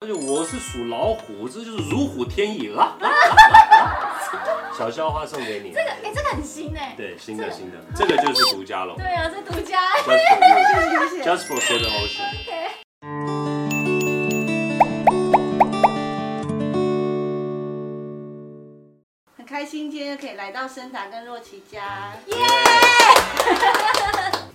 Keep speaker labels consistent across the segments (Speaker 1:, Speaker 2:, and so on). Speaker 1: 而且我是属老虎，这就是如虎添翼啊！ 小笑话送给你。啊
Speaker 2: 这个哎，这个很新哎。
Speaker 1: 对，新的新的，这个就是独家龙。
Speaker 2: 对啊，这独家。
Speaker 1: Just
Speaker 3: 谢谢
Speaker 1: for you, just for seven ocean。
Speaker 2: OK。
Speaker 3: 很开心今天可以来到森达跟若琪家。
Speaker 2: 耶！
Speaker 1: 啊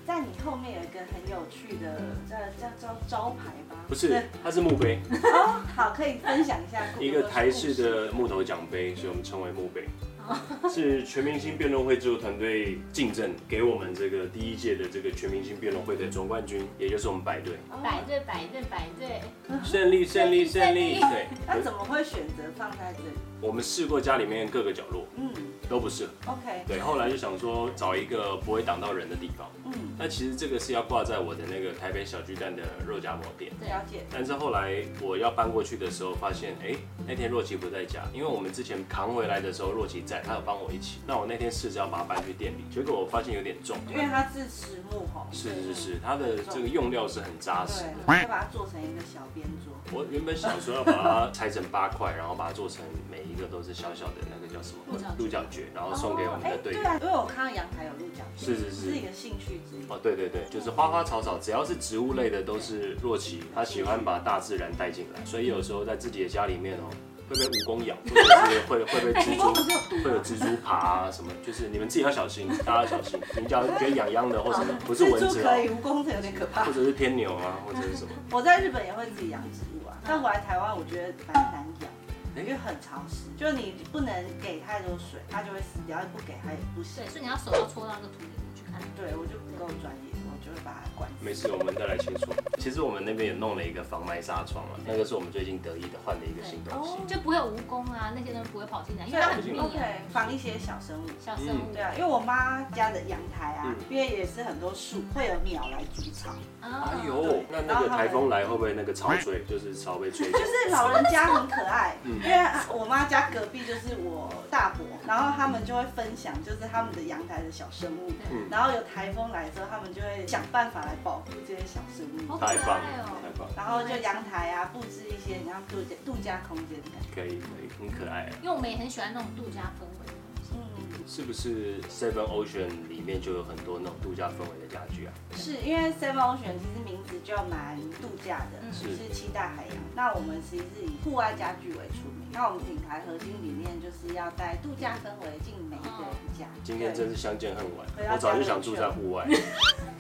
Speaker 3: 在你后面有一个很有趣的叫叫招招牌吧？
Speaker 1: 不是，它是墓碑，
Speaker 3: 哦，好，可以分享一下故
Speaker 1: 一个台式。的木头奖杯，所以我们称为墓碑。 是全明星辩论会制作团队竞争给我们这个第一届的这个全明星辩论会的总冠军，也就是我们百队，
Speaker 2: 摆队，摆队，摆队。
Speaker 1: 胜利胜利胜
Speaker 2: 胜利
Speaker 1: 利！
Speaker 2: 胜
Speaker 1: 对，
Speaker 3: 那怎么会选择放在这里？
Speaker 1: 我们试过家里面各个角落
Speaker 3: 嗯
Speaker 1: 都不适合，
Speaker 3: ，OK，
Speaker 1: 对，后来就想说找一个不会挡到人的地方。
Speaker 3: 嗯，
Speaker 1: 那其实这个是要挂在我的那个台北小巨蛋的肉夹馍店。
Speaker 2: 对
Speaker 3: 了解。
Speaker 1: 但是后来我要搬过去的时候，发现哎、诶那天若琪不在家，因为我们之前扛回来的时候若琪在，她有帮我一起。那我那天试着要把它搬去店里，结果我发现有点重。
Speaker 3: 因为它是实木吼，
Speaker 1: 是是是，它的这个用料是很扎实。
Speaker 3: 对，就把它做成一个小边桌。
Speaker 1: 我原本想说要把它拆成八块，然后把它做成每一个都是小小的那个叫什
Speaker 2: 鹿角
Speaker 1: 么
Speaker 2: 蕨
Speaker 1: 鹿角蕨，然后送给我们
Speaker 3: 哎
Speaker 1: 的队
Speaker 3: 对
Speaker 1: 员。
Speaker 3: 啊，因为我看到阳台有鹿角蕨，
Speaker 1: 是是是
Speaker 3: 是一个兴趣之一。
Speaker 1: 哦，对对对，就是花花草草，只要是植物类的，都是若琪，她喜欢把大自然带进来，所以有时候在自己的家里面哦，会被蜈蚣咬，或者是 会会被蜘
Speaker 3: 不
Speaker 1: 蛛，
Speaker 3: 是有毒
Speaker 1: 会有蜘蛛爬啊什么，就是你们自己要小心，大家要小心，你只要觉得痒痒的，或 者不是蚊
Speaker 3: 蜘蛛
Speaker 1: 子
Speaker 3: 可以，
Speaker 1: 哦，
Speaker 3: 蜈蚣的有点可怕
Speaker 1: 或。者是偏牛啊，或者是什么，
Speaker 3: 我在日本也会自己养植物
Speaker 2: 嗯
Speaker 3: 啊，但我来台湾我觉得蛮难养，
Speaker 2: 哎
Speaker 3: 因为很潮湿，就是你不能给太多水，它就会死掉；不给它也不行
Speaker 2: 对，。所以你要手要戳到那个土里面去看。
Speaker 3: 对，我就不够专业，我就会把它关死。
Speaker 1: 没事，我们再来清楚。其实我们那边也弄了一个防霾纱窗啊，那个是我们最近得意的换的一个新东
Speaker 3: 哦
Speaker 1: 西。
Speaker 2: 就不会有蜈蚣啊，那些东西不会跑进来，因
Speaker 3: 所
Speaker 2: 为
Speaker 3: 以
Speaker 2: 它
Speaker 3: 我
Speaker 2: 很
Speaker 3: 就
Speaker 2: 密
Speaker 3: OK
Speaker 2: 啊，
Speaker 3: 防一些小生物。
Speaker 2: 小生物
Speaker 3: 对。啊，因为我妈家的阳台啊
Speaker 1: 嗯，
Speaker 3: 因为也是很多树，会有鸟来筑巢。
Speaker 2: 啊
Speaker 1: 哎呦，那那个台风来会不会那个潮水就是潮被吹走
Speaker 3: 就？是老人家很可爱，
Speaker 1: 嗯
Speaker 3: 因为我妈家隔壁就是我大伯，然后他们就会分享，就是他们的阳台的小生物，
Speaker 1: 嗯
Speaker 3: 然后有台风来之后，他们就会想办法来保护这些小生物，
Speaker 2: 好可
Speaker 1: 太
Speaker 2: 爱
Speaker 1: 棒了，太
Speaker 2: 哦。
Speaker 1: 棒了。
Speaker 3: 然后就阳台啊布置一些你像度假度假空间的感觉。
Speaker 1: 可以可以，很可爱啊。
Speaker 2: 因为我们也很喜欢那种度假氛围的东西。
Speaker 3: 嗯，
Speaker 1: 是不是 Seven Ocean 里面就有很多那种度假氛围的家具啊？
Speaker 3: 是因为 Seven Ocean 其实名字就蛮度假的，
Speaker 2: 嗯
Speaker 3: 就是是七大海洋。那我们其实是以户外家具为出名，那我们品牌核心理念就是要带度假氛围进每一个人家。
Speaker 1: 今天
Speaker 3: 对
Speaker 1: 真是相见恨晚
Speaker 3: 回，到
Speaker 1: 我早就想住在户外。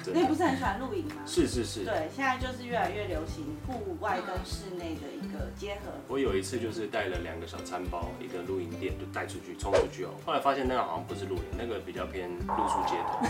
Speaker 1: 真
Speaker 3: 你不
Speaker 1: 的
Speaker 3: 是很喜欢露营吗？
Speaker 1: 是是是，
Speaker 3: 对，现在就是越来越流行户外跟室内的一个结合。
Speaker 1: 我有一次就是带了两个小餐包，一个露营垫就带出去冲出去哦。后来发现那个好像不是露营，那个比较偏露宿街 头，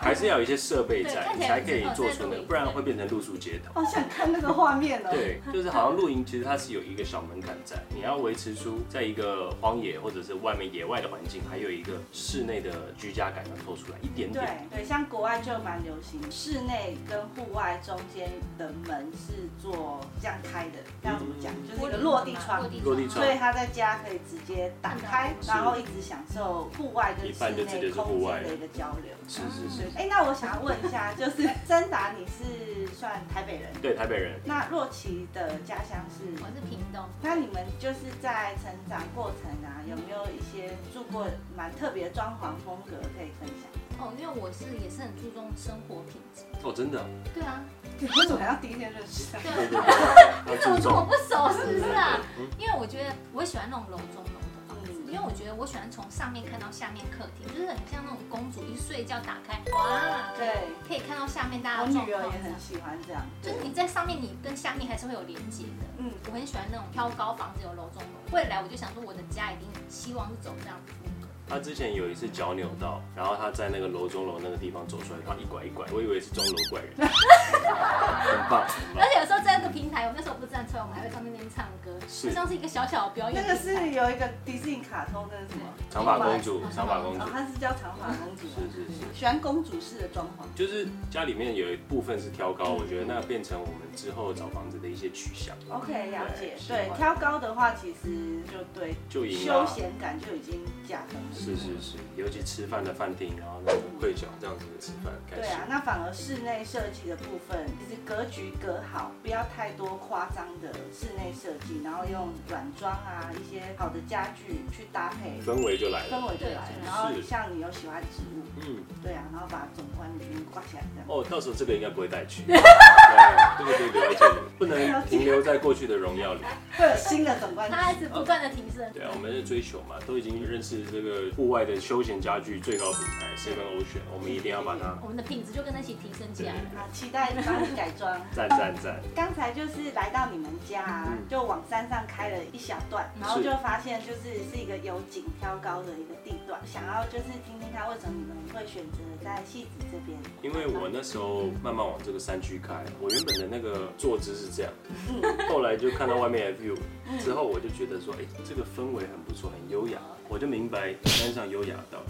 Speaker 1: 还是要有一些设备
Speaker 2: 对
Speaker 1: 在，
Speaker 2: 看
Speaker 1: 你
Speaker 2: 起来
Speaker 1: 才可以
Speaker 2: 很适合哦
Speaker 1: 做
Speaker 2: 在
Speaker 1: 出
Speaker 2: 露
Speaker 1: 那，
Speaker 2: 营
Speaker 1: 不然会变成露宿街头。
Speaker 3: 好哦想看那个画面哦。
Speaker 1: 对，就是好像露营，其实它是有一个小门槛在，你要维持出在一个荒野或者是外面野外的环境，还有一个室内的居家感要做出来一点
Speaker 3: 对
Speaker 1: 点。
Speaker 3: 对，像国外就蛮流行，室内跟户外中间的门是做这样开的，这样怎么讲？就是一个落地窗
Speaker 2: 落。地
Speaker 1: 落地窗
Speaker 3: 所以他在家可以直接打开，
Speaker 1: 是
Speaker 3: 然后一直享受户外跟
Speaker 1: 一
Speaker 3: 室
Speaker 1: 般就直接
Speaker 3: 内
Speaker 1: 是
Speaker 3: 空
Speaker 1: 户外
Speaker 3: 间的一个交流。
Speaker 1: 是是是，
Speaker 3: 哎、那我想要问一下，就是 森达，你是算台北人？
Speaker 1: 对台北人，
Speaker 3: 那若琪的家乡是
Speaker 2: 我是屏东，
Speaker 3: 那你们就是在成长过程啊，有没有一些住过蛮特别的装潢风格可以分享？
Speaker 2: 哦，因为我是也是很注重生活品质。
Speaker 1: 哦，真的，
Speaker 2: 对啊，
Speaker 3: 为什么要第一天认识？
Speaker 2: 对
Speaker 1: 对
Speaker 2: 啊。
Speaker 1: 对对，要
Speaker 2: 这种
Speaker 1: 注
Speaker 2: 就我
Speaker 1: 重。
Speaker 2: 不熟，哦是不是啊？
Speaker 1: 嗯
Speaker 2: 因为我觉得我喜欢那种楼中楼的房子，
Speaker 3: 嗯
Speaker 2: 因为我觉得我喜欢从上面看到下面客厅，就是很像那种公主一睡觉打开，哇，
Speaker 3: 对，
Speaker 2: 可以看到下面大家
Speaker 3: 我
Speaker 2: 的状
Speaker 3: 女
Speaker 2: 况
Speaker 3: 儿。也很喜欢这样。
Speaker 2: 就
Speaker 3: 对
Speaker 2: 是，你在上面，你跟下面还是会有连接的。
Speaker 3: 嗯，
Speaker 2: 我很喜欢那种挑高房子有楼中楼，未来我就想说我的家一定希望是走这样的风格。
Speaker 1: 他之前有一次脚扭到，然后他在那个楼中楼那个地方走出来，他一拐一拐，我以为是钟楼怪人， 很棒很棒
Speaker 2: 而。且有时候在那个平台，我那时候不是站出来，我们还会到那边唱歌，
Speaker 1: 是
Speaker 2: 就像是一个小小的表演
Speaker 3: 那
Speaker 2: 平台。
Speaker 3: 个是有一个迪士尼卡通的什么？
Speaker 1: 长发公主，长发公主
Speaker 3: 哦，，她是叫长发公主啊。
Speaker 1: 嗯是是是。
Speaker 3: 喜欢公主式的装潢。
Speaker 1: 就是家里面有一部分是挑
Speaker 3: 嗯
Speaker 1: 高，我觉得那变成我们之后找房子的一些取向。
Speaker 3: OK，了解。
Speaker 1: 嗯喜欢
Speaker 3: 对，挑高的话其实就对
Speaker 1: 就赢
Speaker 3: 休
Speaker 1: 了。
Speaker 3: 闲感就已经加分了。
Speaker 1: 是是是，尤其吃饭的饭厅，然后那种跪脚这样子吃饭，开
Speaker 3: 对
Speaker 1: 心
Speaker 3: 啊。，那反而室内设计的部分，其实格局隔好，不要太多夸张的室内设具，然后用软装啊一些好的家具去搭配，
Speaker 1: 氛围就来了。
Speaker 3: 氛围就来了。
Speaker 2: 对
Speaker 3: 然后
Speaker 1: 是
Speaker 3: 像你有喜欢植物，
Speaker 1: 嗯，
Speaker 3: 对啊，然后把总冠军挂起来这样。
Speaker 1: 哦，到时候这个应该不会带 去，对啊这个可以留在这里，不能停留在过去的荣耀里。
Speaker 3: 会有新的总冠军。
Speaker 2: 他一直不断的提升。
Speaker 1: 对啊，我们是追求嘛，都已经认识这个户外的休闲家具最高品牌 Seven Ocean，我们一定要把它
Speaker 2: 我们的品质就跟他一起提升起来了。
Speaker 3: 啊，期待帮你改装。
Speaker 1: 赞赞赞。
Speaker 3: 刚才就是来到你们家、啊，
Speaker 1: 嗯
Speaker 3: 就往山上开了一小段，
Speaker 1: 嗯
Speaker 3: 然后就发现就是是一个有景挑高的一个地段，想要就是听听看为什么你们会选择在戏子这边。
Speaker 1: 因为我那时候慢慢往这个山区开，我原本的那个坐姿是这样，
Speaker 3: 嗯
Speaker 1: 后来就看到外面的 view，之后我就觉得说，哎、这个氛围很不错，很优雅，
Speaker 3: 哦
Speaker 1: 我就明白山上优雅到。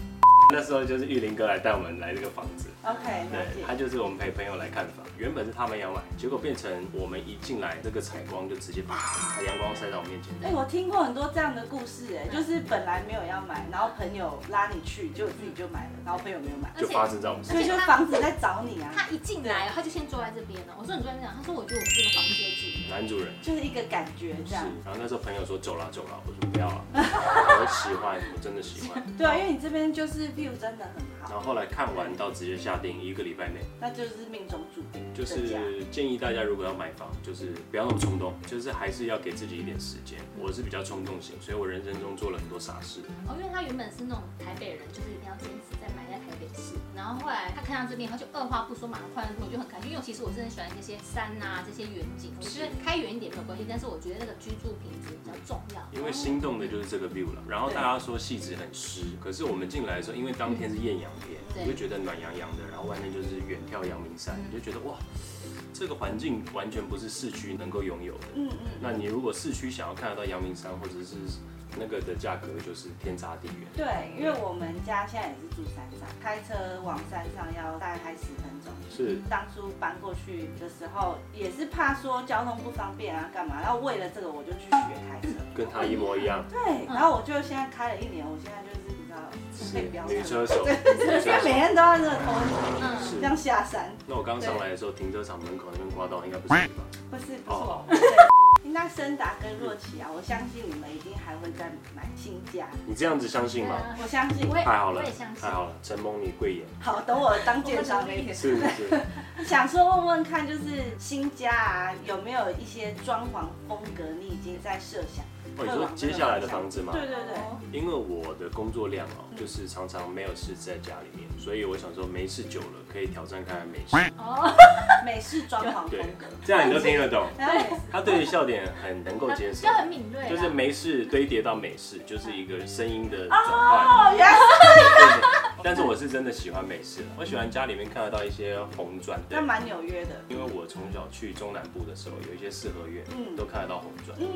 Speaker 1: 那时候就是玉林哥来带我们来这个房子，
Speaker 3: OK，了
Speaker 1: 对，他
Speaker 3: 解。
Speaker 1: 就是我们陪朋友来看房，原本是他们要买，结果变成我们一进来，这个采光就直接啪，阳光晒到我面前。
Speaker 3: 哎、我听过很多这样的故事、哎，就是本来没有要买，然后朋友拉你去，结果自己就买
Speaker 1: 嗯
Speaker 3: 了，然后朋友没有买，
Speaker 1: 就发生在我们身
Speaker 3: 所以就房子在找你啊，
Speaker 2: 他一进来，他就先坐在这边了。我说你坐在这样，他说我觉得我们这个房间住。
Speaker 1: 男主人
Speaker 3: 就是一个感觉这
Speaker 1: 是
Speaker 3: 样。，
Speaker 1: 然后那时候朋友说走了走了，我说不要 了，我喜欢，我真的喜欢。
Speaker 3: 对啊，因为你这边就是 view 真的很
Speaker 1: 然
Speaker 3: 好，
Speaker 1: 后后来看完到直接下定，一个礼拜内，
Speaker 3: 那就是命中注定
Speaker 1: 就
Speaker 3: 的家。
Speaker 1: 是建议大家如果要买房，就是不要那么冲动，就是还是要给自己一点时间。我是比较冲动型，所以我人生中做了很多傻事。
Speaker 2: 哦，因为他原本是那种台北人，就是一定要坚持在买在台北市。然后后来他看到这边，他就二话不说，马上换了我就很开心。因为其实我是很喜欢这些山啊，这些远景。我觉得开远一点没有关系，但是我觉得那个居住品质比较重要。
Speaker 1: 因为心动的就是这个 view 了，然后大家说细致很湿，可是我们进来的时候，因为当天是艳阳天，
Speaker 2: 对
Speaker 1: 你就觉得暖洋洋的，然后外面就是远眺阳明山，你就觉得哇，这个环境完全不是市区能够拥有的。
Speaker 3: 嗯嗯。
Speaker 1: 那你如果市区想要看得到阳明山，或者是那个的价格就是天差地远。
Speaker 3: 对，因为我们家现在也是住山上，开车往山上要大概开十分钟。
Speaker 1: 是
Speaker 3: 当初搬过去的时候，也是怕说交通不方便啊，干嘛？然后为了这个，我就去学开车。
Speaker 1: 跟他一模一样，
Speaker 3: 对，然后我就现在开了一年，我现在就是你知道，
Speaker 1: 是
Speaker 3: 被标
Speaker 1: 女
Speaker 3: 上，
Speaker 1: 车手，女车
Speaker 3: 因为每
Speaker 1: 手。
Speaker 3: 天都要热头
Speaker 2: 嗯，
Speaker 3: 这
Speaker 1: 是
Speaker 3: 样下山，
Speaker 1: 那我刚上来的时候，停车场门口那边刮到，应该不是你吧？
Speaker 3: 不是不是我
Speaker 1: 哦。
Speaker 3: 对那森达跟若琪啊，我相信你们一定还会再买新家，
Speaker 1: 你这样子相信
Speaker 2: 啊
Speaker 1: 吗？
Speaker 3: 我相信
Speaker 2: 我。也
Speaker 1: 太好了
Speaker 2: 我也相，信
Speaker 1: 太。好了，承蒙你贵言。
Speaker 3: 好，等我当建商那一天。
Speaker 1: 是是是，
Speaker 3: 想说问问看，就是新家啊，有没有一些装潢风格你已经在设想？
Speaker 1: 哦，你说接下来的房子吗？
Speaker 3: 对对对，
Speaker 1: 因为我的工作量哦，就是常常没有事在家里面，所以我想说没事久了可以挑战看看美食。
Speaker 2: 哦，
Speaker 3: 美式装潢风
Speaker 1: 对
Speaker 3: 格。，
Speaker 1: 这样你都听得懂。
Speaker 3: 然后美式
Speaker 1: 他对于笑点很能够接受
Speaker 2: 就，很敏锐啊，
Speaker 1: 就是没事堆叠到美式，就是一个声音的转换。
Speaker 3: 哦，原来是
Speaker 1: 但是我是真的喜欢美式，我喜欢家里面看得到一些红砖的
Speaker 3: 那，蛮纽约的。
Speaker 1: 因为我从小去中南部的时候，有一些四合院
Speaker 3: 嗯
Speaker 1: 都看得到红砖，对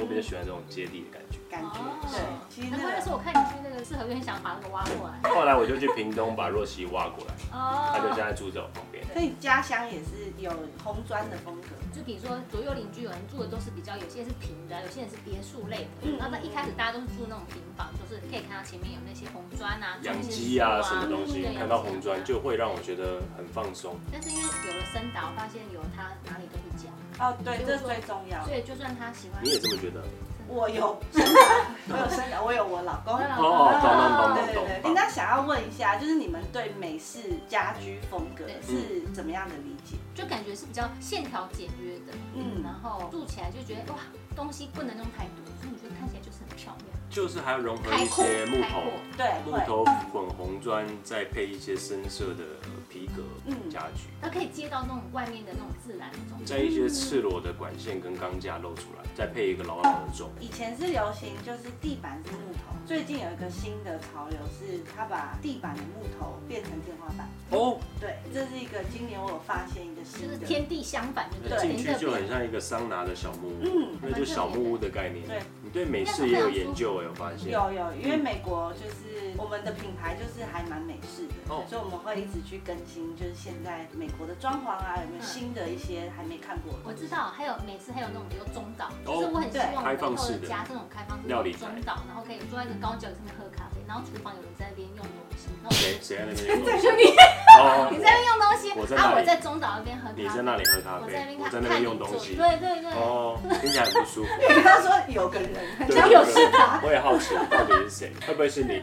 Speaker 1: 我比较
Speaker 3: 嗯，
Speaker 1: 喜欢这种接地的感觉。
Speaker 3: 感觉对，其实
Speaker 2: 哦难怪那
Speaker 3: 那
Speaker 2: 时
Speaker 3: 个
Speaker 2: 候我看你去那个四合院，想把那个挖过来。
Speaker 1: 后来我就去屏东把若曦挖过来，她就现
Speaker 2: 哦，
Speaker 1: 在住在我旁边。
Speaker 3: 所以家乡也是有红砖的风格。
Speaker 2: 就比如说左右邻居有人住的都是比较，有些是平的，有些人是别墅类的
Speaker 3: 嗯。
Speaker 2: 然后在一开始大家都是住那种平房，就是可以看到前面有那些红砖啊、
Speaker 1: 养鸡啊，什么东西
Speaker 2: 对，
Speaker 1: 看到红砖。就会让我觉得很放松。
Speaker 2: 但是因为有了森达，我发现有他哪里都是家，
Speaker 3: 哦，对，这最重要。
Speaker 2: 所以就算他喜欢
Speaker 1: 你也这么觉得？
Speaker 3: 我有生达，我有生达，我有我老公。
Speaker 1: 哦懂懂懂
Speaker 3: 对 对对，那想要问一下，就是你们对美式家居风格是怎么样的理解？
Speaker 2: 就感觉是比较线条简约的，
Speaker 3: 嗯
Speaker 2: 嗯，然后住起来就觉得哇，东西不能用太多，所以你觉得看起来就是很漂亮，
Speaker 1: 就是还要融合
Speaker 2: 开
Speaker 1: 一
Speaker 2: 阔
Speaker 1: 些木
Speaker 2: 开
Speaker 1: 头
Speaker 2: 阔。。
Speaker 3: 对，
Speaker 1: 木
Speaker 3: 会。
Speaker 1: 头混红砖，再配一些深色的皮革
Speaker 3: 嗯
Speaker 1: 家具，
Speaker 2: 它可以接到那种外面的那种自然的那种。
Speaker 1: 再一些赤裸的管线跟钢架露出来，再配一个牢牢的钟。
Speaker 3: 以前是流行就是地板是木头，最近有一个新的潮流是它把地板的木头变成天花板。
Speaker 1: 哦，
Speaker 3: 对，这是一个今年我有发现一个
Speaker 2: 就
Speaker 3: 新
Speaker 2: 是
Speaker 3: 的。
Speaker 2: 天地相反，就
Speaker 1: 那
Speaker 2: 对
Speaker 1: 嗯进
Speaker 2: 了，
Speaker 1: 去
Speaker 2: 天
Speaker 1: 就
Speaker 2: 各
Speaker 1: 很
Speaker 2: 地
Speaker 1: 像一个桑拿的小木屋，
Speaker 3: 嗯，
Speaker 1: 那就小木屋的概念。
Speaker 3: 对，
Speaker 1: 你对美式也有研究哎，我发现。
Speaker 3: 有有，因为美国就是我们的品牌就是还蛮美式的，
Speaker 1: 哦
Speaker 3: 所以我们会一直去更新，就是现在美国的装潢啊，有没有新的一些还没看过的？
Speaker 2: 嗯我知道，还有每次还有那种比如中岛，
Speaker 1: 哦
Speaker 2: 就是我很希望
Speaker 1: 对
Speaker 2: 我
Speaker 1: 开放
Speaker 2: 能
Speaker 1: 式
Speaker 2: 够
Speaker 1: 的
Speaker 2: 加这种开放式
Speaker 1: 料理
Speaker 2: 的中岛，然后可以坐在一个高脚椅上面喝咖啡，然后厨房有人在那边用东西，然后我就
Speaker 1: 谁谁在那边用东
Speaker 2: 我
Speaker 1: 西？
Speaker 2: 说你你
Speaker 1: 哦，
Speaker 2: 在那边用东西，
Speaker 1: 我在
Speaker 2: 啊，
Speaker 1: 哪里
Speaker 2: 我在中岛那边喝咖啡，
Speaker 1: 你在那里喝咖
Speaker 2: 我
Speaker 1: 啡
Speaker 2: 在那边，
Speaker 1: 我
Speaker 2: 看
Speaker 1: 在那
Speaker 2: 看
Speaker 1: 边
Speaker 2: 你
Speaker 1: 用东
Speaker 2: 做
Speaker 1: 西。
Speaker 2: 对对对，
Speaker 1: 哦，听起来很不舒服。
Speaker 3: 因为 他说有个人，很
Speaker 1: 对
Speaker 3: 像有是他，
Speaker 1: 我也好奇到底是谁，会不会是你？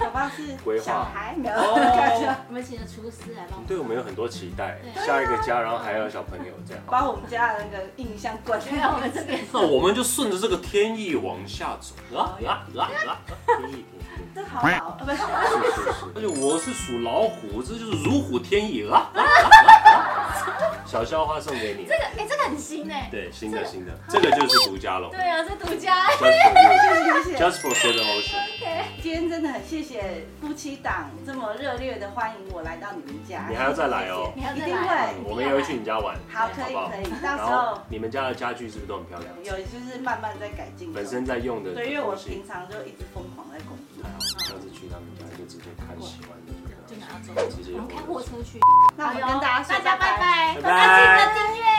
Speaker 3: 好吧是
Speaker 1: 规划
Speaker 3: 小孩没有
Speaker 1: 哦，
Speaker 2: 我们请了厨师来帮我们，
Speaker 1: 对我们有很多期待
Speaker 2: 对，
Speaker 1: 下一个家，然后还有小朋友这样。
Speaker 3: 把我们家的那个印象灌
Speaker 2: 对啊，我们这边
Speaker 1: 那我们就顺着这个天意往下走，啊啦啦啦啦，天意
Speaker 3: 这好老，呃不是
Speaker 1: 天意，是是是。而且我是属老虎，这就是如虎添翼啊啦。啊小笑话送给你，
Speaker 2: 这个哎，这个很新哎，
Speaker 1: 对，新的新的，这个就是独家龙
Speaker 2: 对啊，这独家
Speaker 1: Just
Speaker 3: 谢谢谢
Speaker 1: for-
Speaker 3: 谢。
Speaker 1: ，Just for Seven Ocean。
Speaker 2: ，OK，
Speaker 3: 今天真的很谢谢夫妻档这么热烈的欢迎我来到你们家，
Speaker 1: 你还要再来哦
Speaker 2: 你要
Speaker 3: 一
Speaker 2: 再
Speaker 3: 定
Speaker 2: 来，
Speaker 3: 会
Speaker 1: 我们也会去你家玩，
Speaker 3: 好可以
Speaker 1: 好不好
Speaker 3: 可以，到时
Speaker 1: 然后
Speaker 3: 候
Speaker 1: 你们家的家具是不是都很漂亮？
Speaker 3: 有就是慢慢在改进。
Speaker 1: 本身在用的
Speaker 3: 对，因为我
Speaker 1: 东西
Speaker 3: 平。常就一直疯狂在工作。
Speaker 1: 还好，下次去他们家就直接看喜欢的就跟
Speaker 2: 就拿
Speaker 1: 他
Speaker 2: 走
Speaker 1: 直接，
Speaker 2: 我
Speaker 1: 用
Speaker 2: 们开货出去。
Speaker 3: 那我们跟大家说
Speaker 2: 哎大家拜拜，
Speaker 1: 拜拜
Speaker 2: 大家记得订阅哦